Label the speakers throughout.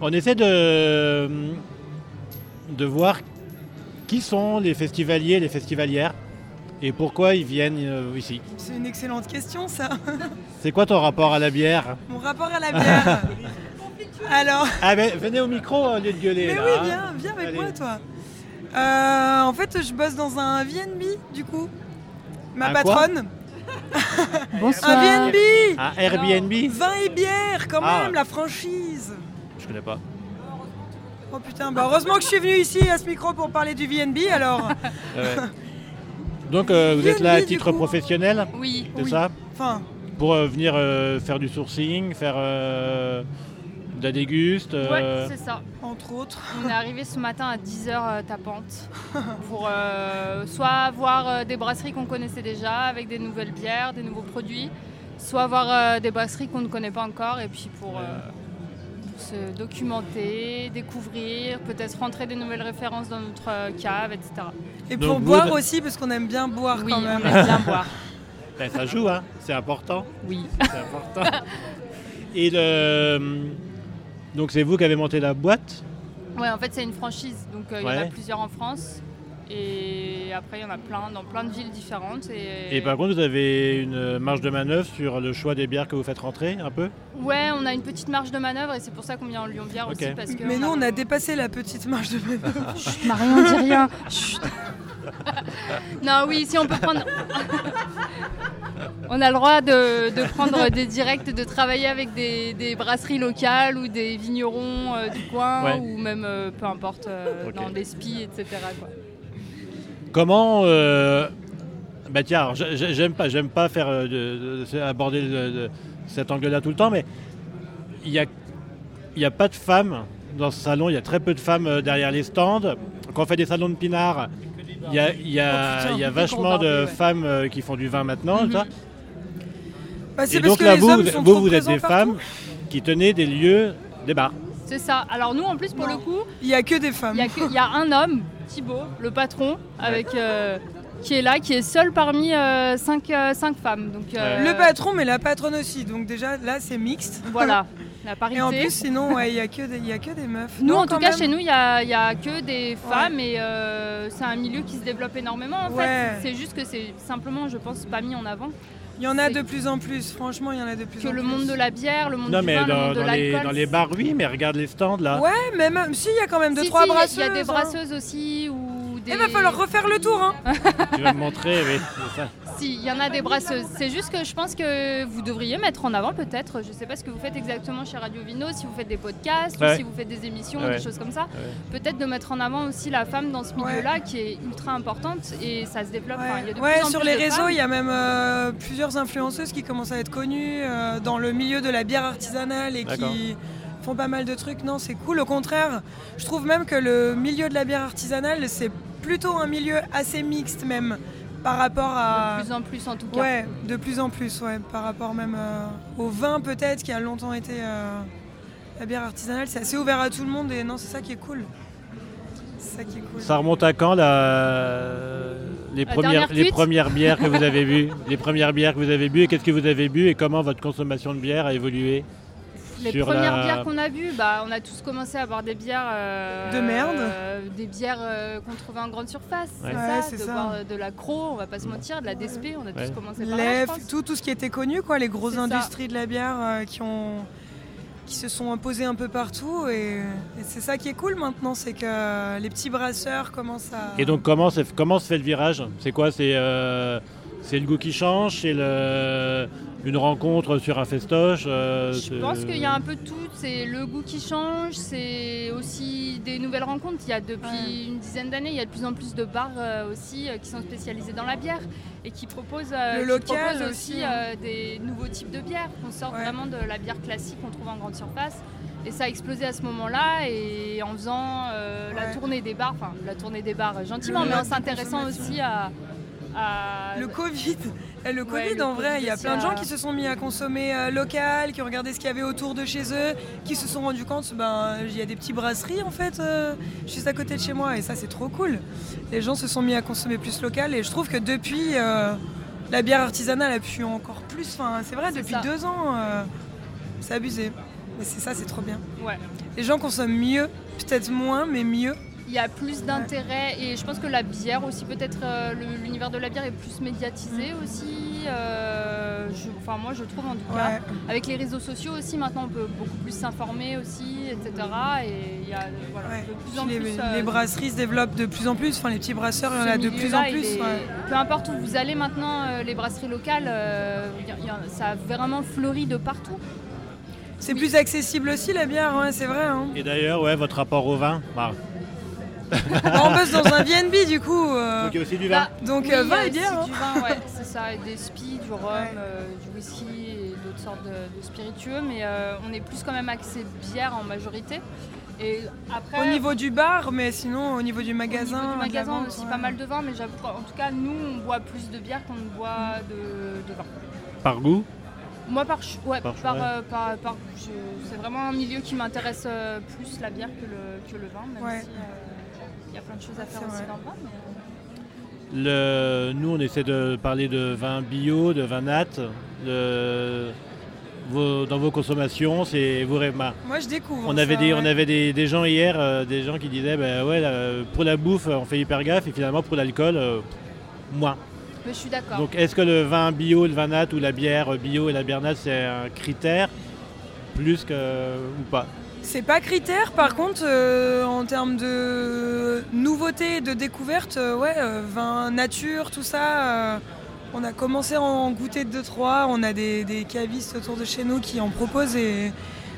Speaker 1: On essaie de, de voir qui sont les festivaliers et les festivalières et pourquoi ils viennent euh, ici.
Speaker 2: C'est une excellente question, ça.
Speaker 1: C'est quoi ton rapport à la bière
Speaker 2: Mon rapport à la bière. Alors.
Speaker 1: Ah ben venez au micro au lieu de gueuler.
Speaker 2: Mais
Speaker 1: là,
Speaker 2: oui,
Speaker 1: hein.
Speaker 2: viens, viens avec
Speaker 1: Allez.
Speaker 2: moi, toi. Euh, en fait, je bosse dans un VNB, du coup. Ma
Speaker 1: Un quoi
Speaker 2: patronne.
Speaker 3: Bonsoir.
Speaker 2: Un VNB
Speaker 1: Un Airbnb
Speaker 2: Vin et bière, quand
Speaker 1: Ah.
Speaker 2: même, la franchise.
Speaker 1: Je connais pas.
Speaker 2: Oh putain, bah heureusement que je suis venue ici à ce micro pour parler du VNB alors.
Speaker 1: Ouais. Euh, Donc euh, vous êtes là à
Speaker 2: Airbnb, du
Speaker 1: titre
Speaker 2: coup.
Speaker 1: professionnel,
Speaker 3: Oui.
Speaker 1: c'est
Speaker 2: Oui.
Speaker 1: ça
Speaker 2: Enfin,
Speaker 1: Pour euh, venir euh, faire du sourcing, faire euh, de la déguste. euh,
Speaker 3: Ouais, c'est ça.
Speaker 2: entre autres.
Speaker 3: On est arrivé ce matin à 10h tapante pour euh, soit voir euh, des brasseries qu'on connaissait déjà avec des nouvelles bières, des nouveaux produits, soit voir euh, des brasseries qu'on ne connaît pas encore et puis pour, euh, pour se documenter, découvrir, peut-être rentrer des nouvelles références dans notre euh, cave, etc.
Speaker 2: Et
Speaker 1: Donc
Speaker 2: pour
Speaker 1: vous-
Speaker 2: boire aussi, parce qu'on aime bien boire
Speaker 3: Oui,
Speaker 2: quand
Speaker 3: on aime
Speaker 2: même.
Speaker 3: bien boire.
Speaker 1: ben, ça joue, hein c'est important.
Speaker 3: Oui.
Speaker 1: C'est important. Et le- euh, donc c'est vous qui avez monté la boîte
Speaker 3: Ouais, en fait, c'est une franchise. Donc, euh, il y en
Speaker 1: Ouais.
Speaker 3: a plusieurs en France. Et après, il y en a plein dans plein de villes différentes. Et,
Speaker 1: et par contre vous avez une marge de manœuvre sur le choix des bières que vous faites rentrer un peu
Speaker 3: Ouais, on a une petite marge de manœuvre et c'est pour ça qu'on vient en Lyon Bière
Speaker 1: Ok.
Speaker 3: aussi. Parce que
Speaker 2: Mais nous, on a dépassé la petite marge de manœuvre.
Speaker 3: Chut, Marion, dis rien. Chut. non, oui, si on peut prendre. on a le droit de, de prendre des directs, de travailler avec des, des brasseries locales ou des vignerons euh, du coin
Speaker 1: Ouais.
Speaker 3: ou même euh, peu importe euh,
Speaker 1: Ok.
Speaker 3: dans l'ESPI, etc. quoi.
Speaker 1: Comment euh, bah tiens, alors, j'a- j'a- j'aime pas, j'aime pas faire euh, de- de- de- aborder le- de- cet angle-là tout le temps, mais il y a, il y a pas de femmes dans ce salon. Il y a très peu de femmes euh, derrière les stands. Quand on fait des salons de pinard, il y a, il y a-
Speaker 2: Oh, putain,
Speaker 1: il y a
Speaker 3: que des
Speaker 1: vachement
Speaker 3: gros
Speaker 1: de
Speaker 3: barbus, ouais.
Speaker 1: femmes euh, qui font du vin maintenant.
Speaker 3: Mhm.
Speaker 1: ça.
Speaker 2: Bah,
Speaker 1: Et
Speaker 2: c'est parce
Speaker 1: donc
Speaker 2: que
Speaker 1: là,
Speaker 2: les
Speaker 1: vous,
Speaker 2: hommes
Speaker 1: vous-
Speaker 2: sont
Speaker 1: vous,
Speaker 2: trop
Speaker 1: vous êtes
Speaker 2: présents
Speaker 1: des
Speaker 2: partout.
Speaker 1: femmes qui tenez des lieux, des bars.
Speaker 3: C'est ça. Alors, nous, en plus, pour
Speaker 2: Non.
Speaker 3: le coup,
Speaker 2: Il n'y a que des femmes.
Speaker 3: Il y, a que- il y a un homme, Thibaut, le patron, avec, euh, qui est là, qui est seul parmi 5 cinq, euh, cinq femmes. Donc, euh,
Speaker 2: Le patron, mais la patronne aussi. Donc déjà, là, c'est mixte.
Speaker 3: Voilà, la parité.
Speaker 2: Et en plus, sinon, ouais, il n'y a, que des- il y a que des meufs.
Speaker 3: nous,
Speaker 2: Non,
Speaker 3: en tout
Speaker 2: quand
Speaker 3: cas,
Speaker 2: même.
Speaker 3: chez nous, il n'y a, il y a que des femmes et euh, c'est un milieu qui se développe énormément en
Speaker 2: Ouais.
Speaker 3: fait. C'est juste que c'est simplement, je pense, pas mis en avant
Speaker 2: Il y en a
Speaker 3: c'est-
Speaker 2: de plus en plus. Franchement, il y en a de plus
Speaker 3: que
Speaker 2: en
Speaker 3: le
Speaker 2: plus.
Speaker 3: monde de la bière, le monde
Speaker 1: Non,
Speaker 3: du
Speaker 1: mais
Speaker 3: vin, le
Speaker 1: dans,
Speaker 3: monde de
Speaker 1: dans les,
Speaker 3: l'alcool.
Speaker 1: dans les bars, oui, mais regarde les stands là.
Speaker 2: Ouais, mais même si, il y a quand même deux,
Speaker 3: Si,
Speaker 2: trois
Speaker 3: si, il y a-
Speaker 2: brasseuses.
Speaker 3: Il y a des
Speaker 2: hein.
Speaker 3: brasseuses aussi ou des.
Speaker 2: Il va falloir refaire le tour. Hein.
Speaker 1: Tu vas me montrer, oui, c'est ça.
Speaker 3: Si, il y en a des brasseuses. C'est juste que je pense que vous devriez mettre en avant peut-être, je ne sais pas ce que vous faites exactement chez Radio Vino, si vous faites des podcasts
Speaker 1: Ouais.
Speaker 3: ou si vous faites des émissions,
Speaker 1: Ouais.
Speaker 3: des choses comme ça,
Speaker 1: Ouais.
Speaker 3: peut-être de mettre en avant aussi la femme dans ce
Speaker 2: Ouais.
Speaker 3: milieu-là qui est ultra importante et ça se développe. Enfin, il y
Speaker 2: Ouais,
Speaker 3: a de
Speaker 2: Ouais,
Speaker 3: plus en
Speaker 2: sur
Speaker 3: plus
Speaker 2: les
Speaker 3: de
Speaker 2: réseaux,
Speaker 3: femmes.
Speaker 2: il y a même euh, plusieurs influenceuses qui commencent à être connues euh, dans le milieu de la bière artisanale et
Speaker 1: D'accord.
Speaker 2: qui font pas mal de trucs. Non, c'est cool. Au contraire, je trouve même que le milieu de la bière artisanale, c'est plutôt un milieu assez mixte même par rapport à...
Speaker 3: De plus en plus en tout cas.
Speaker 2: Ouais, de plus en plus, ouais, par rapport même euh, au vin peut-être qui a longtemps été euh, la bière artisanale, c'est assez ouvert à tout le monde et non, c'est ça qui est cool. C'est ça qui est cool.
Speaker 1: Ça remonte à quand la... les,
Speaker 3: La
Speaker 1: premières,
Speaker 3: dernière
Speaker 1: les
Speaker 3: cuite
Speaker 1: premières bières que vous avez bues Les premières bières que vous avez bues et qu'est-ce que vous avez bu et comment votre consommation de bière a évolué
Speaker 3: Les
Speaker 1: Sur
Speaker 3: premières
Speaker 1: la-
Speaker 3: bières qu'on a bu, bah, on a tous commencé à boire des bières. euh,
Speaker 2: De merde.
Speaker 3: euh, des bières euh, qu'on trouvait en grande surface.
Speaker 1: Ouais.
Speaker 3: c'est
Speaker 2: Ouais,
Speaker 3: ça,
Speaker 2: c'est
Speaker 3: de
Speaker 2: ça.
Speaker 3: boire euh, de la Cro, on va pas se mentir, de la DSP, on a
Speaker 1: Ouais.
Speaker 3: tous commencé par là.
Speaker 2: Les,
Speaker 3: je pense.
Speaker 2: tout, tout ce qui était connu, quoi, les grosses
Speaker 3: C'est ça.
Speaker 2: industries de la bière euh, qui, ont, qui se sont imposées un peu partout. Et, et c'est ça qui est cool maintenant, c'est que les petits brasseurs commencent à.
Speaker 1: Et donc comment, se- comment se fait le virage C'est quoi C'est euh, c'est le goût qui change C'est le- une rencontre sur un festoche euh,
Speaker 3: Je
Speaker 1: c'est-
Speaker 3: pense qu'il y a un peu de tout. C'est le goût qui change, c'est aussi des nouvelles rencontres. Il y a depuis
Speaker 2: Ouais.
Speaker 3: une dizaine d'années, il y a de plus en plus de bars euh, aussi euh, qui sont spécialisés dans la bière et qui proposent, euh,
Speaker 2: Le
Speaker 3: qui
Speaker 2: local
Speaker 3: proposent
Speaker 2: aussi, hein.
Speaker 3: aussi euh, des nouveaux types de bières. On sort
Speaker 2: Ouais.
Speaker 3: vraiment de la bière classique qu'on trouve en grande surface. Et ça a explosé à ce moment-là et en faisant euh, la
Speaker 2: Ouais.
Speaker 3: tournée des bars, enfin la tournée des bars euh, gentiment,
Speaker 2: Le
Speaker 3: mais en
Speaker 2: lac de
Speaker 3: s'intéressant
Speaker 2: consommation.
Speaker 3: aussi à, à-
Speaker 2: Le Covid. Eh, Le Covid,
Speaker 3: Ah, Ouais, le
Speaker 2: en vrai,
Speaker 3: Covid
Speaker 2: il y a
Speaker 3: aussi hein.
Speaker 2: plein de
Speaker 3: a-
Speaker 2: gens qui se sont mis à consommer euh, local, qui ont regardé ce qu'il y avait autour de chez eux, qui se sont rendus compte, ben, il y a des petites brasseries en fait, euh, juste à côté de chez moi, et ça c'est trop cool. Les gens se sont mis à consommer plus local, et je trouve que depuis, euh, la bière artisanale a pu encore plus. Enfin, c'est vrai,
Speaker 3: C'est
Speaker 2: depuis
Speaker 3: ça.
Speaker 2: deux ans, euh, c'est abusé. Mais c'est ça, c'est trop bien.
Speaker 3: Ouais.
Speaker 2: Les gens consomment mieux, peut-être moins, mais mieux.
Speaker 3: Il y a plus d'intérêt et je pense que la bière aussi, peut-être euh, le- l'univers de la bière est plus médiatisé
Speaker 2: Mm.
Speaker 3: aussi. euh, je- enfin, moi je trouve en tout cas.
Speaker 2: Ouais.
Speaker 3: Avec les réseaux sociaux aussi, maintenant on peut beaucoup plus s'informer aussi, etc. Et il y a euh, voilà,
Speaker 2: Ouais.
Speaker 3: de plus
Speaker 2: Puis
Speaker 3: en
Speaker 2: les,
Speaker 3: plus.
Speaker 2: les
Speaker 3: euh,
Speaker 2: brasseries se développent de plus en plus. Enfin, les petits brasseurs, il y en
Speaker 3: ce
Speaker 2: a de plus en
Speaker 3: milieu-là, il
Speaker 2: plus.
Speaker 3: est-
Speaker 2: ouais.
Speaker 3: Peu importe où vous allez maintenant, euh, les brasseries locales, euh, il y a- il y a- ça a vraiment fleuri de partout.
Speaker 2: C'est plus accessible aussi la bière, ouais, c'est vrai. hein.
Speaker 1: Et d'ailleurs, ouais, votre rapport au vin. Bah,
Speaker 2: on bosse dans un VNB du coup. euh,
Speaker 1: donc il y a aussi du vin.
Speaker 3: Bah,
Speaker 2: Donc
Speaker 3: oui,
Speaker 2: euh, vin
Speaker 3: euh,
Speaker 2: et bière.
Speaker 3: c'est
Speaker 2: hein.
Speaker 3: Du vin, ouais, c'est ça, et des spies, du rhum,
Speaker 2: Ouais.
Speaker 3: euh, du whisky et d'autres sortes de, de spiritueux, mais euh, on est plus quand même axé bière en majorité. Et après,
Speaker 2: Au niveau du bar, mais sinon au niveau du
Speaker 3: au niveau
Speaker 2: magasin.
Speaker 3: du
Speaker 2: de la
Speaker 3: magasin, on a
Speaker 2: vente,
Speaker 3: aussi
Speaker 2: ouais.
Speaker 3: pas mal de vin, mais j'avoue, qu'en- en tout cas, nous, on boit plus de bière qu'on ne boit
Speaker 2: Mm.
Speaker 3: de, de vin.
Speaker 1: Par goût
Speaker 3: Moi, par, ch- ouais,
Speaker 1: Par
Speaker 3: par,
Speaker 1: ch-
Speaker 3: euh, par- par- je- c'est vraiment un milieu qui m'intéresse euh, plus la bière que le, que le vin, même
Speaker 2: Ouais.
Speaker 3: si euh, il y a plein de choses à faire
Speaker 2: C'est
Speaker 3: aussi
Speaker 2: vrai.
Speaker 3: dans le vin. mais-
Speaker 1: Le- Nous, on essaie de parler de vin bio, de vin nat. de- vos- Dans vos consommations, c'est vous rêvez. bah,
Speaker 2: Moi je découvre.
Speaker 1: On avait,
Speaker 2: ça,
Speaker 1: des, on
Speaker 2: ouais.
Speaker 1: avait des, des gens hier, euh, des gens qui disaient bah ouais, là, pour la bouffe, on fait hyper gaffe, et finalement pour l'alcool, euh, moins.
Speaker 3: mais je suis d'accord.
Speaker 1: Donc est-ce que le vin bio, le vin nat ou la bière bio et la bière nat, c'est un critère plus que ou pas
Speaker 2: C'est pas critère, par contre, euh, en termes de nouveautés, de découvertes, euh, ouais, euh, vin nature, tout ça, euh, on a commencé à en goûter deux, trois. On a des, des cavistes autour de chez nous qui en proposent et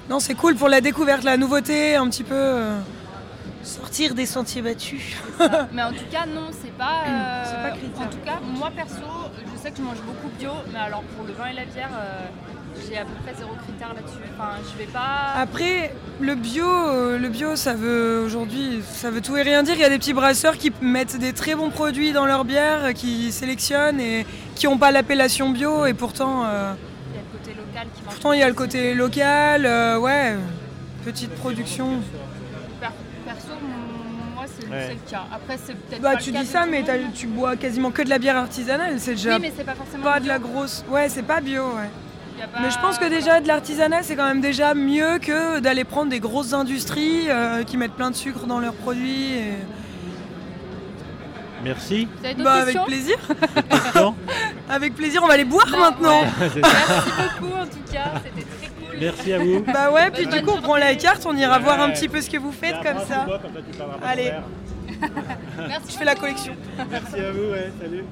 Speaker 2: non, c'est cool pour la découverte, la nouveauté, un petit peu euh, sortir des sentiers battus.
Speaker 3: Mais en tout cas, non, c'est pas. euh,
Speaker 2: C'est pas critère.
Speaker 3: En tout cas, moi perso, je sais que je mange beaucoup bio, mais alors pour le vin et la bière, euh, j'ai à peu près zéro critère là-dessus. Enfin, je vais pas.
Speaker 2: Après, le bio, euh, le bio, ça veut aujourd'hui, ça veut tout et rien dire. Il y a des petits brasseurs qui mettent des très bons produits dans leur bière, qui sélectionnent et qui n'ont pas l'appellation bio. Et pourtant, euh,
Speaker 3: Il y a le côté local qui marche.
Speaker 2: pourtant, il y a le côté local, euh, ouais, petite production.
Speaker 3: Per- Perso, m- moi, c'est
Speaker 1: Ouais.
Speaker 3: c'est le cas. Après, c'est peut-être.
Speaker 2: Bah,
Speaker 3: pas
Speaker 2: tu
Speaker 3: le cas
Speaker 2: dis
Speaker 3: de
Speaker 2: ça,
Speaker 3: tout
Speaker 2: mais
Speaker 3: le
Speaker 2: t'as-
Speaker 3: monde.
Speaker 2: tu bois quasiment que de la bière artisanale. C'est déjà
Speaker 3: Oui, mais c'est pas Bah, forcément.
Speaker 2: pas de la grosse. Ouais, c'est pas bio. ouais.
Speaker 3: Il y a pas-
Speaker 2: Mais je pense que déjà de l'artisanat, c'est quand même déjà mieux que d'aller prendre des grosses industries euh, qui mettent plein de sucre dans leurs produits. et-
Speaker 1: Merci.
Speaker 3: Vous avez d'autres
Speaker 2: Bah, avec
Speaker 3: questions
Speaker 2: plaisir.
Speaker 1: Christian.
Speaker 2: Avec plaisir, on va les boire
Speaker 3: Non,
Speaker 2: maintenant.
Speaker 3: ouais.
Speaker 1: C'est-
Speaker 3: Merci beaucoup en tout cas, c'était très cool.
Speaker 1: Merci à vous.
Speaker 2: Bah ouais, puis du
Speaker 3: Bonne
Speaker 2: coup on prend
Speaker 3: journée.
Speaker 2: la carte, on ira voir un
Speaker 1: Ouais.
Speaker 2: petit peu ce que vous faites comme
Speaker 1: Bravo,
Speaker 2: ça.
Speaker 1: toi, comme ça, tu parleras pas
Speaker 2: Allez.
Speaker 1: ton père.
Speaker 3: Merci
Speaker 2: Je fais la
Speaker 3: beaucoup.
Speaker 2: collection.
Speaker 1: Merci à vous, ouais, salut.